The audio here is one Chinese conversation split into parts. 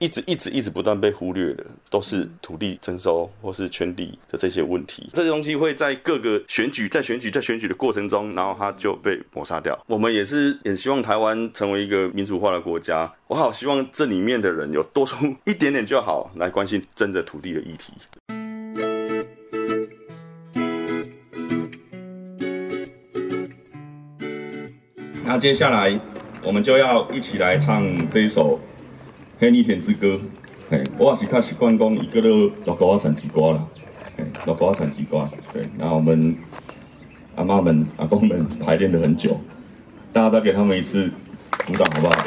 一直一直一直不断被忽略的，都是土地征收或是圈地的这些问题。这些东西会在各个选举、在选举、在选举的过程中，然后它就被抹杀掉。我们也是也希望台湾成为一个民主化的国家。我好希望这里面的人有多出 一点点就好，来关心真的土地的议题。那接下来我们就要一起来唱这一首。黑泥田之歌，嘿，我也是较习惯讲伊叫做老高啊产地瓜啦，嘿，老高啊产地瓜，对，那我们阿妈们、阿公们排练了很久，大家再给他们一次鼓掌好不好？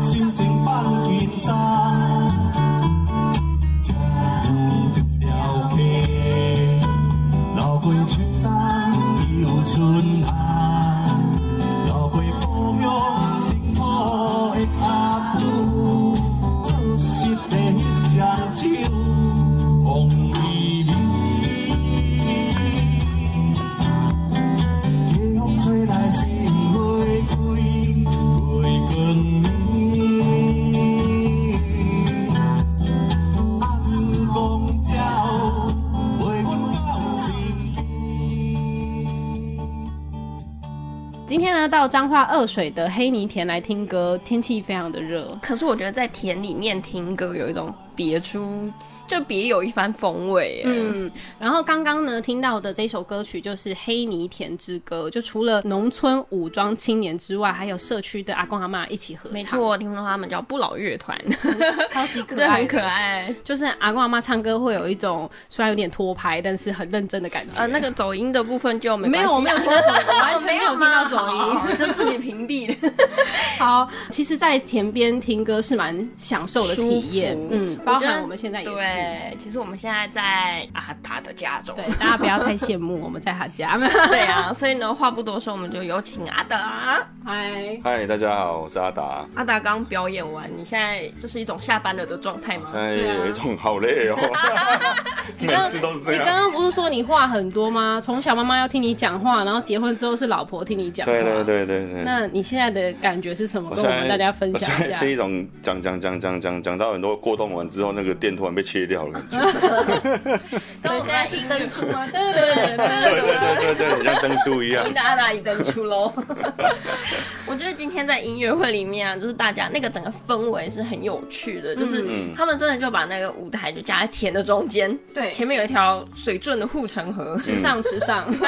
心情放轻松，这一条溪，流过秋冬又春夏，流过故乡辛苦的阿母，做事的双手风微微，夜风吹来心花开，开光。今天呢，到彰化二水的黑泥田来听歌，天气非常的热。可是我觉得在田里面听歌有一种别出，就别有一番风味。嗯，嗯，然后刚刚呢听到的这首歌曲就是《黑泥田之歌》，就除了农村武装青年之外，还有社区的阿公阿嬷一起合唱，没错，，我听说他们叫不老乐团，超级可对，爱，很可。爱。就是阿公阿妈唱歌会有一种虽然有点拖拍，但是很认真的感觉。呃，那个走音的部分就没没关有，系我啊没有听到走音，我完全没有听到走好好好 音。就自己屏蔽 了。好，其实，在田边听歌是蛮享受的体验舒服，嗯，包觉含得我们现在也是。对，其实我们现在在阿达的家中。对，大家不要太羡慕我们在他家。对啊，所以呢，话不多说，我们就有请阿达。 嗨，嗨，大家好，我是阿达。阿达刚表演完，你现在就是一种下班了的状态吗现？在有一种好累哦，每次都是这你刚样。刚不是说你话很多吗？从小妈妈要听你讲话，然后结婚之后是老婆听你讲话。对对。对对对。那你现在的感觉是什么？我跟我们大家分享我现一在下是。一种讲讲讲讲讲讲到很多过动完之后，那个电突然被切掉了。对跟我现在是登出吗？对对对对对对对，很像灯出一样。听大家一登出喽。 我觉得今天在音乐会里面啊，就是大家那个整个氛围是很有趣嗯的，就是他们真的就把那个舞台就架在田的中间，对嗯前面有一条水圳的护城河，时尚，时尚。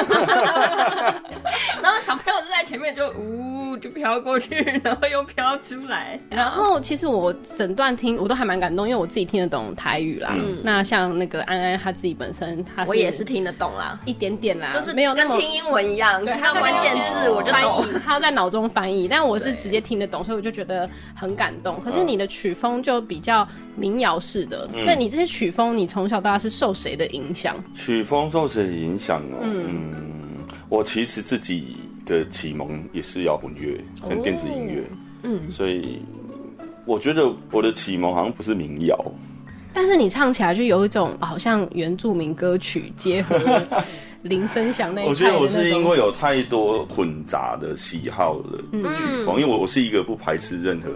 然后小朋友就在前面就呜就飘过去，然后又飘出 来，然后其实我整段听我都还蛮感动，因为我自己听得懂台语啦。嗯那像那个安安他自己本身，他我也是听得懂啦。一点点啦，就是没有那跟么听英文一样，对看他到在哦关键字我就哦懂。翻译，他在脑中翻译， 但我是直接听得懂，所以我就觉得很感动。可嗯是你的曲风就比较民谣式的，那你这些曲风，你从小到大是受谁的影响？曲风受谁影响哦？嗯，我其实自己的启蒙也是摇滚乐跟电子音乐，哦嗯，所以我觉得我的启蒙好像不是民谣，但是你唱起来就有一种哦好像原住民歌曲结合铃声响那一我觉派得的那我是因种为有太多混杂的喜好的曲风，因为我我是一个不排斥任何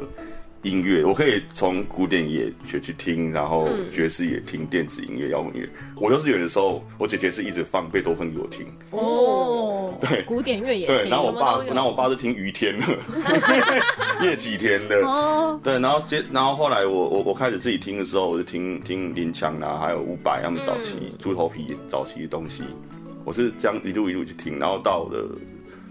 音乐，我可以从古典也学去听，然后爵士也听，电子音乐、摇滚乐。我幼稚园的时候，我姐姐是一直放贝多芬给我听，哦，对古典乐也对，听然后我爸什么都，有然后我爸是听于天的， 叶启田的。哦，对，然后接，然后后来我我我开始自己听的时候，我就听听林强啦、还有伍佰他们早期嗯猪头皮早期的东西，我是这样一路一路去听，然后到了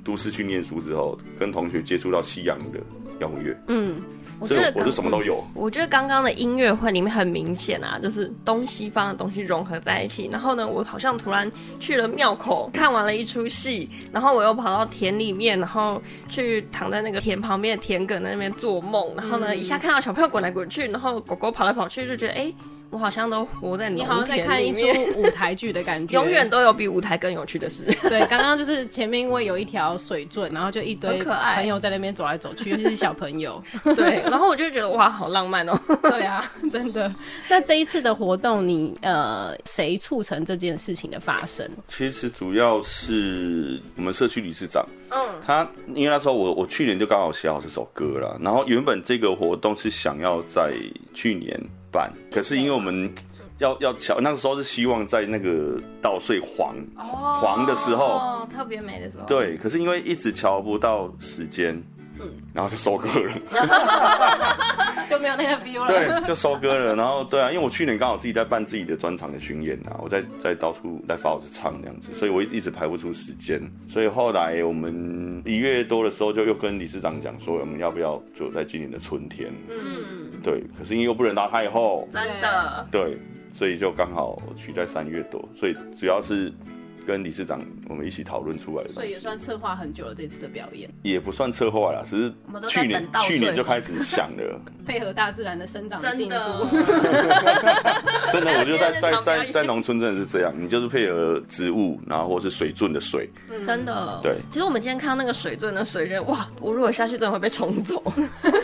都市去念书之后，跟同学接触到西洋的摇滚乐，嗯，我所觉以得我刚是什么都有。我觉得刚刚的音乐会里面很明显啊，就是东西方的东西融合在一起。然后呢，我好像突然去了庙口看完了一出戏，然后我又跑到田里面，然后去躺在那个田旁边的田埂那边做梦。然后呢，一下看到小朋友滚来滚去，然后狗狗跑来跑去，就觉得哎。诶我好像都活在你农好像在田看里一出面舞台剧的感 觉，永远都有比舞台更有趣的事。对。刚刚就是前面因为有一条水圳，然后就一堆很可爱朋友在那边走来走去，尤其是小朋友。对，然后我就觉得哇，好浪漫哦。 对啊，真的。那这一次的活动你，呃谁促成这件事情的发生？其实主要是我们社区理事长，嗯，他因为那时候我我去年就刚好写好这首歌了，然后原本这个活动是想要在去年办，可是因为我们要要巧，那个时候是希望在那个稻穗黄哦黄的时候，特别美的时候，，对，可是因为一直瞧不到时间，然后就收割了，就没有那个 feel 了。 对，就收割了。然后对啊，因为我去年刚好自己在办自己的专场的巡演啊，我在在到处在发我的唱这样子，所以我一一直排不出时间。所以后来我们一月多的时候，就又跟理事长讲说，我们要不要就在今年的春天？嗯，对，可是因为又不能拉太后，真的，对，所以就刚好取在三月多，所以主要是。跟理事长我们一起讨论出来的东所以也西，算策划很久了这次的表演，也不算策划啦，只是我们都在去年等稻穗去年就嘛开始想了，配合大自然的生长的真进度。的。 真的，我觉得在今天在是长在表演在农村真的是这样，你就是配合植物，然后或是水圳的 水，嗯真的，对其实我们今天看到那个水圳的水圳，哇，我如果下去真的会被冲 走。啊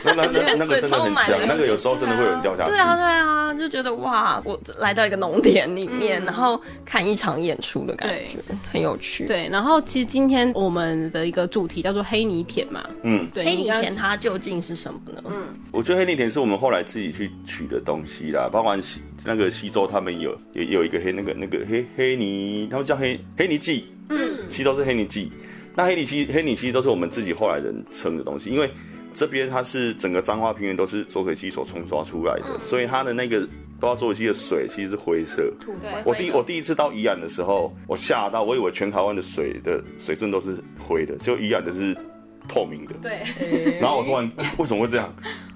那那今那天那个真的水很充满香了，那个有时候真的会有人掉下去。对啊，对啊，就觉得哇，我来到一个农田里面，然后看一场演出的感觉，很有趣。，对，然后其实今天我们的一个主题叫做黑泥田嘛，嗯，对，嗯黑你泥刚田它究竟是什么呢？我觉得黑泥田是我们后来自己去取的东西啦，包括西那个西周他们有也有一个黑那个那个黑黑泥，他们叫黑黑泥记，嗯，西周是黑泥记，那黑泥记黑泥记都是我们自己后来人称的东西，因为这边它是整个彰化平原都是浊水溪所冲刷出来嗯的，所以它的那个包括浊水溪的水其实是灰色，土对灰我灰第的我第一次到宜兰的时候，我吓到，我以为全台湾的水的水圳都是灰的，就宜兰的是透明的。对，然后我突然为什么会这 样？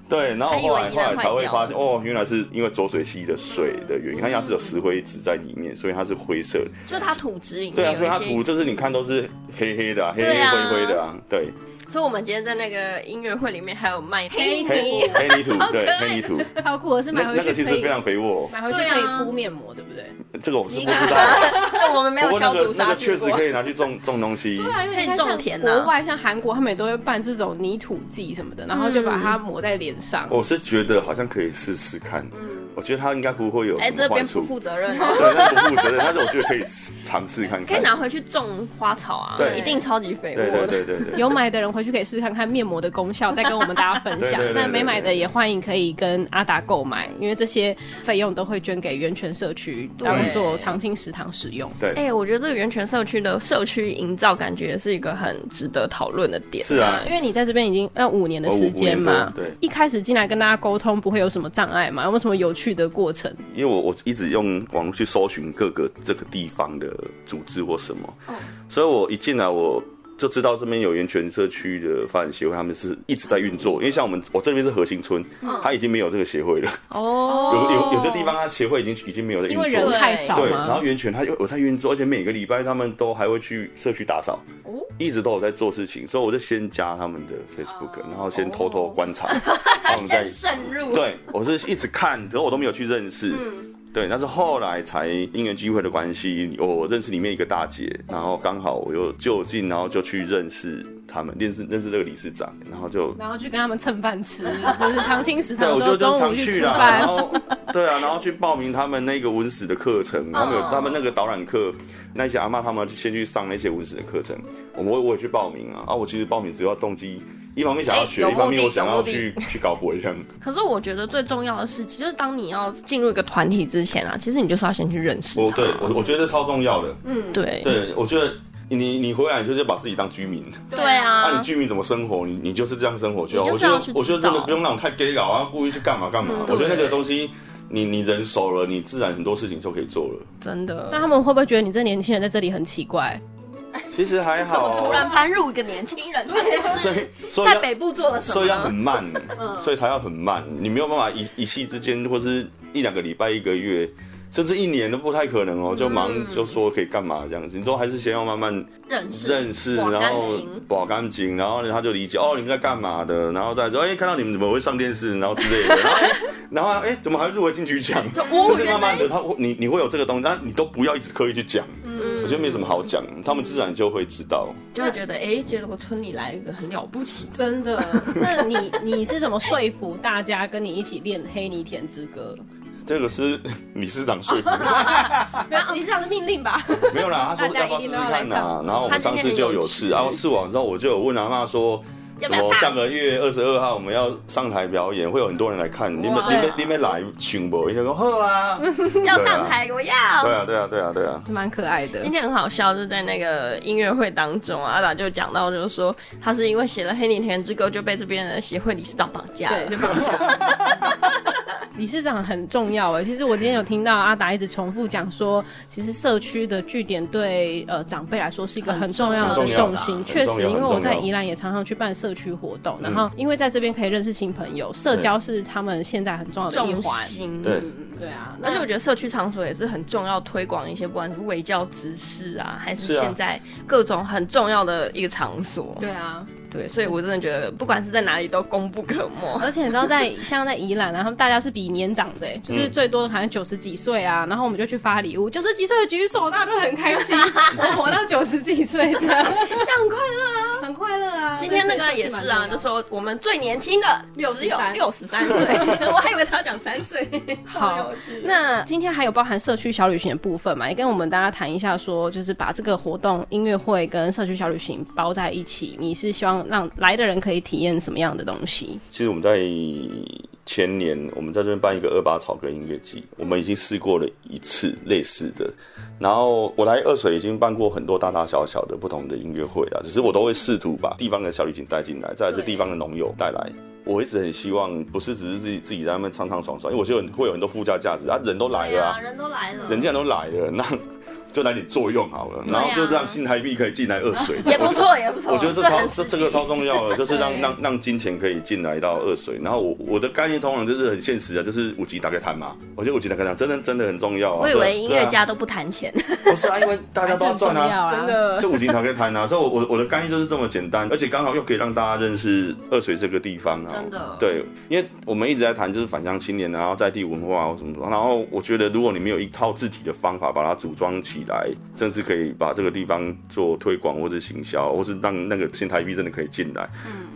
对，然后我后来还以为宜后兰来才会坏掉发现，哦，原来是因为浊水溪的水的原因，它要是有石灰质在里面，所以它是灰色的。就是它土质里对啊，面有所以它一土些，就是你看都是黑黑的、啊，黑黑对啊灰灰的啊，对，所以我们今天在那个音乐会里面还有卖黑泥黑黑泥土，对，黑泥 土，超酷的是那买回那个去其可实以非常肥沃，买回去对啊可以敷面膜，对不对？啊这个我是你不看知道。， 这我们没不有过那消个毒那杀个菌确实过。可以拿去种种东西。对啊，因为可以你看像种田啊国外像韩国，他们也都会办这种泥土剂什么的，然后就把它抹在脸上。我是觉得好像可以试试看，我觉得他应该不会有嗯哎，什么这坏边处不，负责任哦，对，那不负责任，但是我觉得可以试尝试看看，可以拿回去种花草啊，对一定超级肥沃对的。对对对 对，有买的人回去可以试试看看面膜的功效，再跟我们大家分对享对对。对那没买的也欢迎可以跟阿达购买，因为这些费用都会捐给源泉社区，对当做长青食堂使用。对哎、我觉得这个源泉社区的社区营造感觉是一个很值得讨论的点。是啊因为你在这边已经那五年的时间嘛哦，五五年多对一开始进来跟大家沟通不会有什么障碍嘛？有没有什么有趣的过程？因为我我一直用网络去搜寻各个这个地方的组织或什么，哦所以我一进来我就知道这边有源泉社区的发展协会，他们是一直在运作。因为像我们我这边是核心村，嗯它已经没有这个协会了，哦有有有的地方它协会已经已经没有在运因作为人了。太少对，然嘛后，源泉它有有在运作，而且每个礼拜他们都还会去社区打扫，一直都有在做事情，所以我就先加他们的 Facebook，然后先偷偷观察他们在先渗 入，对，我是一直看，可是我都没有去认识。对，但是后来才因缘机会的关系，我认识里面一个大姐，然后刚好我又就近，然后就去认识他们，认识认识这个理事长，然后就然后去跟他们蹭饭吃，就是长青食对，堂我的时候就就中午常去去吃啦，然饭。后对啊，然后去报名他们那个文史的课哦程，他们有他们那个导览课，那些阿嬷他们先去上那些文史的课程，我我我也去报名啊，啊，我其实报名主要动机。一方面想要学，哎有一方目的面我想有要目的去去搞鬼这样。可是我觉得最重要的事情就是，当你要进入一个团体之前啊，其实你就是要先去认识我它。哦对我我觉得这超重要的。嗯对对，我觉得你你回来你就是把自己当居民，对那、啊你，居民怎么生活，你你就是这样生活就好。你我就是觉要得去我觉得知道真的不用那种太 gay 搞，然后故意去干嘛干嘛。对我觉得那个东西，你你人熟了，你自然很多事情就可以做了。真那的。他们会不会觉得你这年轻人在这里很奇怪？其实还好，搬入一个年轻人，所以所以在要北部做了嗯什所么以要很呢？慢，所以才要很慢，你没有办法一一夕之间或是一两个礼拜一个月。甚至一年都不太可能哦，嗯就忙就说可以干嘛这样子。你说还是先要慢慢认识认识，广然干后情保干净，然后呢他就理解哦你们在干嘛的，然后再说哎看到你们怎么会上电视，然后之类的，然后哎然后哎怎么还入围金曲奖，就哦就是慢慢的他会你你会有这个东西，但你都不要一直刻意去讲，嗯我觉得没什么好讲，他们自然就会知道。就会觉得，哎，结果村里来一个很了不起，真的。那你你是怎么说服大家跟你一起练《黑泥田之歌这个是 理事长说服，》？ 没有，你是这样的命令吧？没有啦，他说大要家不要一试定试都要来看呐、啊唱然后我们上次就有试，然后试完之后我就有问阿妈说。要什不要么？唱上个月二十二号我们要上台表演，会有很多人来看。你们、你们、你们来请不？人 家说好 啊，要上台，我要。对啊，对啊，对啊，对啊。蛮可爱的今天很好笑，就是在那个音乐会当中啊，阿达就讲到，就是说他是因为写了《黑泥田之歌》就被这边的协会理事长绑架了对，。就放 下。理事长很重要哎，其实我今天有听到阿达一直重复讲说，其实社区的据点对呃长辈来说是一个很重要的很重要啊重心很。重确要嗯实，因为我在很重要宜兰也常常去办社区活动，然后因为在这边可以认识新朋友，社交是他们现在很重要的一重环。心。对，对啊，而且我觉觉得社区场所也是很重要，推广一些不管是卫教知识啊，还是是啊现在各种很重要的一个场所。对啊，对，所以我真的觉得，不管是在哪里都功不可没。而且你知道在像在宜兰啊，他们大家是比年长的、欸，就是最多的好像九十几岁啊，然后我们就去发礼物，九十几岁的举手，大家都很开 心，我活到九十几岁的，这样很快 乐啊，很快乐啊。今天那个也是啊，就说我们最年轻的只有63六十三岁， 我还以为他要讲三岁。好有趣，那今天还有包含社区小旅行的部分嘛？也跟我们大家谈一下说就是把这个活动音乐会跟社区小旅行包在一起，你是希望让来的人可以体验什么样的东西？其实我们在前年，我们在这边办一个二八草根音乐季，我们已经试过了一次类似的。然后我来二水已经办过很多大大小小的不同的音乐会了，只是我都会试图把地方的小旅行带进来，再来是地方的农友带来。我一直很希望，不是只是自己自己在那边唱唱爽爽，因为我觉得很会有很多附加价值啊，人都来了啊，哎人都来了人家都来了，那就来点作用好了，然后就让新台币可以进来二水， 也不错，也不错。我觉得这超很这实这际个超重要的，就是让让让金钱可以进来到二水。然后我我的概念通常就是很现实的，就是五级打开谈嘛。我觉得五级打开谈真的真的很重要啊。我以对啊为音乐对啊家都不谈钱，不是啊，因为大家都要赚还是很重啊，要啊真的就五级打开谈啊。所以我我我的概念就是这么简单，而且刚好又可以让大家认识二水这个地方啊。真的对，因为我们一直在谈就是返乡青年，然后在地文化啊什么什么。然后我觉得如果你们有一套自己的方法把它组装起来，甚至可以把这个地方做推广或者行销，或是让那个新台币真的可以进来。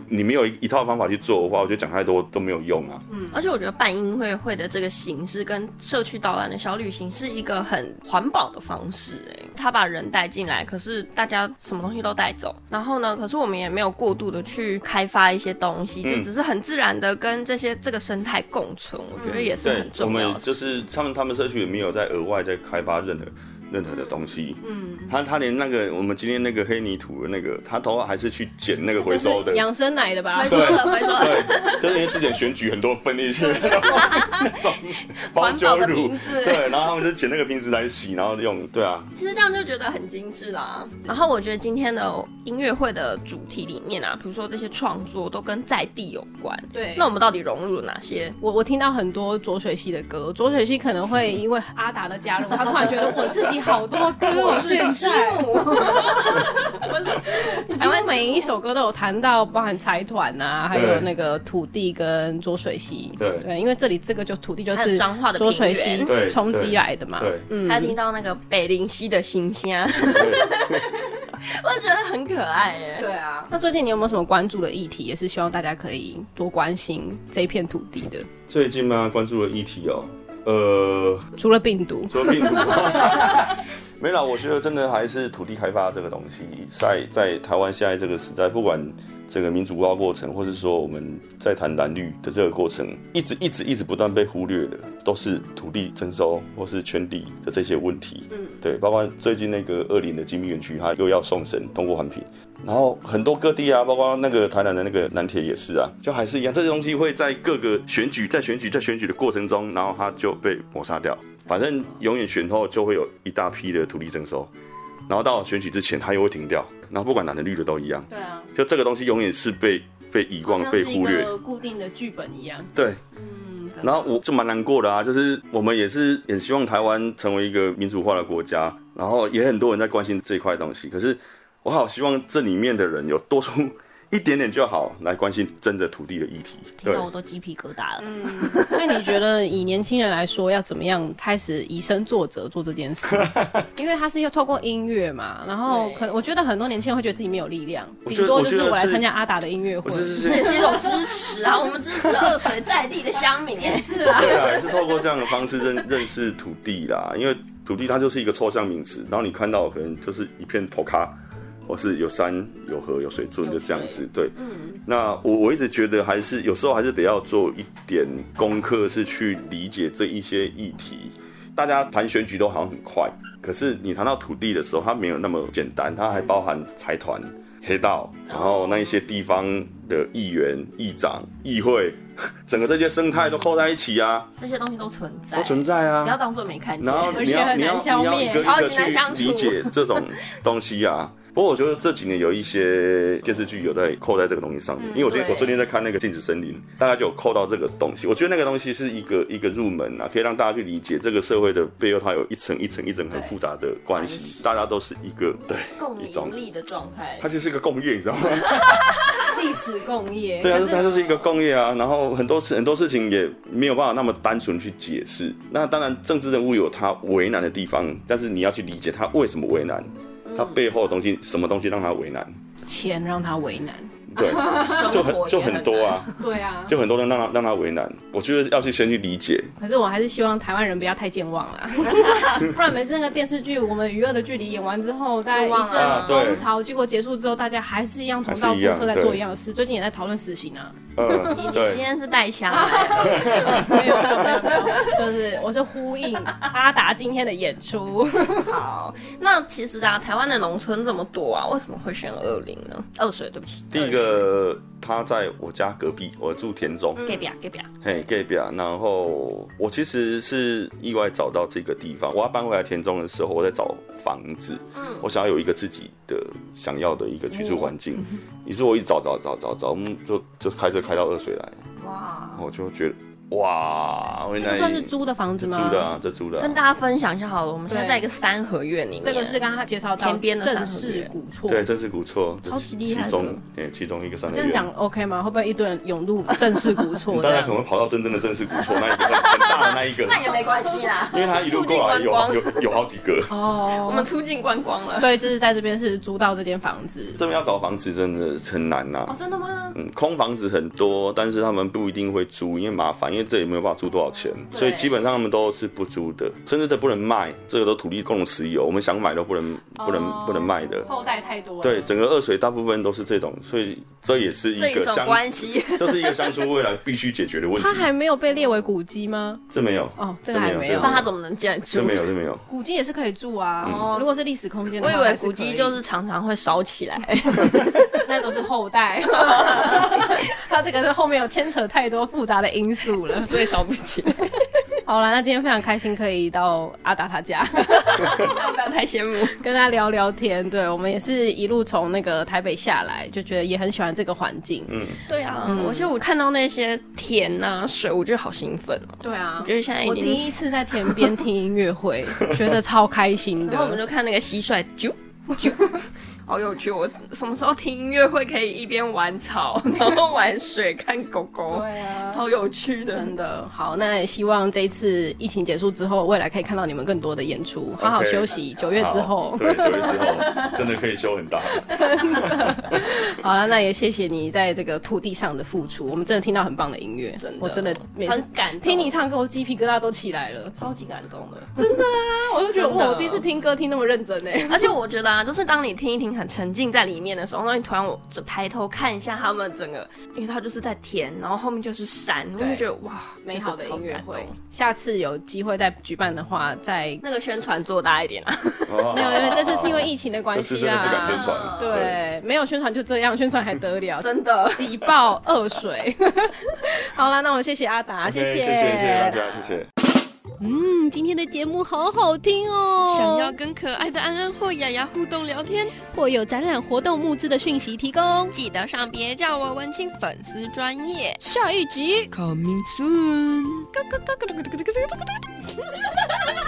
你没有一一套方法去做的话，我觉得讲太多都没有用啊。 而且我觉得办音乐会的这个形式跟社区导览的小旅行是一个很环保的方式、哎，他把人带进来，可是大家什么东西都带走，然后呢，可是我们也没有过度的去开发一些东嗯西，就只是很自然的跟这些这个生态共存，我觉得也是对很，我重要们的事。就是他们他们社区也没有在额外在开发任何任何的东西。嗯，他他连那个我们今天那个黑泥土的那个，他头还是去捡那个回收 的就是。养生来的吧？回收了，回收了，对，就是因为之前选举很多分一 些那种包环保酒的乳瓶子，对，然后他们就捡那个瓶子来洗，然后用，对啊，其实这样就觉得很精致啦。然后我觉得今天的音乐会的主题里面啊，比如说这些创作都跟在地有关，对那我们到底融入了哪些？我我听到很多浊水溪的歌，浊水溪可能会因为阿达的加入，他突然觉得我自己好多歌哦，我现在几乎每一首歌都有谈到，包含财团啊，还有那个土地跟浊水溪，对对，因为这里这个就土地就还有是彰化的平浊原水溪对冲击来的嘛，对，嗯他听到那个北林溪的新虾， 我觉得很可爱耶。对啊。那最近你有没有什么关注的议题，也是希望大家可以多关心这一片土地的？最近嘛关注了议题哦，呃，除了病毒，说病毒。没啦，我觉得真的还是土地开发这个东西，在在台湾现在这个时代，不管整个民主化过程，或是说我们在谈蓝绿的这个过程，一直一直一直不断被忽略的，都是土地征收或是圈地的这些问题。嗯，对，包括最近那个二林的精密园区，它又要送审通过环评，然后很多各地啊，包括那个台南的那个南铁也是啊，就还是一样，这些东西会在各个选举、在选举、在选举的过程中，然后它就被抹杀掉。反正永远选后就会有一大批的土地征收，然后到选举之前它又会停掉，然后不管蓝的绿的都一样，对啊，就这个东西永远是被被遗忘、被忽略。固定的剧本一样。对，嗯，真然的。后我就蛮难过的啊，就是我们也是也希望台湾成为一个民主化的国家，然后也很多人在关心这一块东西。可是我好希望这里面的人有多出一点点就好来关心真的土地的议题。听对到，我都鸡皮疙瘩了。那你觉得以年轻人来说，要怎么样开始以身作则做这件 事？因为他是要透过音乐嘛，然后可能我觉得很多年轻人会觉得自己没有力量，我顶觉得多我觉就是得我来是参加阿达的音乐我会。是 是这也是，是一种支持啊，我们支持二水在地的乡民也 是啊。对啊，也是透过这样的方式认认识土地啦，因为土地它就是一个抽象名词，然后你看到可能就是一片头咖。或是有山有河有水圳，就这样子。对，嗯，那我我一直觉得还是有时候还是得要做一点功课，是去理解这一些议题。大家谈选举都好像很快，可是你谈到土地的时候，它没有那么简单，它还包含财团、黑道，然后那一些地方的议员、议长、议会， 整个这些生态都扣在一起啊，这些东西都存在，都存在啊。不要当做没看见然。后而你且要很你要难消你要灭一个超一个级难相处去理解这种东西啊。不过我觉得这几年有一些电视剧有在扣在这个东西上面，因为我最对我最近在看那个《禁止森林》，大家就有扣到这个东西。我觉得那个东西是一个一个入门啊，可以让大家去理解这个社会的背后，它有一层一层一层很复杂的关关系系，大家都是一个对共一种盈，利的状态它，就是一个共业，你知道吗？历史共业。对啊，可这它就是一个工业啊，然后很多事很多事情也没有办法那么单纯去解释。那当然，政治人物有他为难的地方，但是你要去理解他为什么为难，他背后的东西什么东西让他为难， 钱让他为难。对，就生活很也就很多啊，对啊，就很多人让他让他为难。我觉得要去先去理解，可是我还是希望台湾人不要太健忘 啦，不然每次那个电视剧《我们娱乐的距离》演完之后，大家忘一了阵啊对风潮，结果结束之后，大家还是一样重蹈还覆是一样辙，在做一样的事。最近也在讨论死刑啊，嗯，你今对，天是带枪啊来的，没有没有没有， 就是我是呼应阿达今天的演出。好，那其实啊，台湾的农村这么多啊，为什么会选二零呢？二水，对不起，第一个他在我家隔壁，我住田中，给表给表，嘿 g a b 啊，然后我其实是意外找到这个地方。我要搬回来田中的时候，我在找房子，嗯我想要有一个自己的想要的一个居住环境。嗯 于是我一找找找找找，嗯，就就开车开到二水来，哇，我就觉得哇，这个算是租的房子这租吗？的啊，这租的、跟啊，大家分享一下好了，我们现在对在一个三合院里面，这个是刚刚介绍到田边的三合正院式古厝。对，真是不错，超级厉害的其中，对，其中一个三合这样院。嗯讲 OK 吗？会不会一堆人涌入正式古 厝？大这家样可能会跑到真正的正式古厝那一个很大的那一个，那也没关系啦。啊因为它一路过来促进有观光有有好几个。哦，我们出境观光了。所以就是在这边是租到这间房子。这边要找房子真的很难呐、哦，真的吗？嗯，空房子很多，但是他们不一定会租，因为麻烦，因为这也没有办法租多少钱，对所以基本上他们都是不租的，甚至这不能卖，这个都土地共同持有，我们想买都不能不能、哦不能卖的。后代太多了。对，整个二水大部分都是这种，所以这也是一这一个种乡，关系，这是一个乡村未来必须解决的问题它。还没有被列为古迹吗？这没有，哦，这个还没这有不。然他怎么能进来住这？没有，这没有，古迹也是可以住啊，嗯如果是历史空间的我话，以还为可以古迹就是常常会烧起 来，那都是后代， 它这个是后面有牵扯太多复杂的因素了。所以烧不起来，好了，那今天非常开心可以到阿达他 家不要太羡慕。跟他聊聊天。对我们也是一路从那个台北下来，就觉得也很喜欢这个环境。嗯，对啊，而且我看到那些田呐、水，我觉得好兴奋哦。对啊我觉得现在我已第经，一次在田边听音乐 会，觉得超开心的。然后我们就看那个蟋蟀，啾啾， 好有趣。我什么时候听音乐会可以一边玩 草，然后玩水，看狗狗，对啊，超有趣的。真的好，那也希望这一次疫情结束之后，未来可以看到你们更多的演出，好好休息。九月之好后，对，九月之后真的可以修很大。 好了，那也谢谢你在这个土地上的付出，我们真的听到很棒的音乐，我真的每次很感动听你唱歌，我鸡皮疙瘩都起来了。超级感动的，啊，我就觉得真的哇，我第一次听歌听那么认真呢。欸 而且我觉得啊，就是当你听一听，很沉浸在里面的时候，那你突然我就抬头看一下他们整个，因为它就是在田，然后后面就是山，我就觉得哇，美好的真超音乐感动哦会，下次有机会再举办的话，再那个宣传做大一点啊，没 没有，因为这次是因为疫情的关这次系真的不敢宣啊。传，对，没有宣传就这样，宣传还得了？真 的。挤爆二水。 好啦，那我们谢谢阿达，对，谢，谢谢谢谢大家，谢谢。嗯，今天的节目好好听哦。想要跟可爱的安安或雅雅互动聊天，或有展览活动募资的讯息提供，记得上别叫我文青粉丝专业下一集 coming soon。咯咯咯咯咯咯咯咯咯咯咯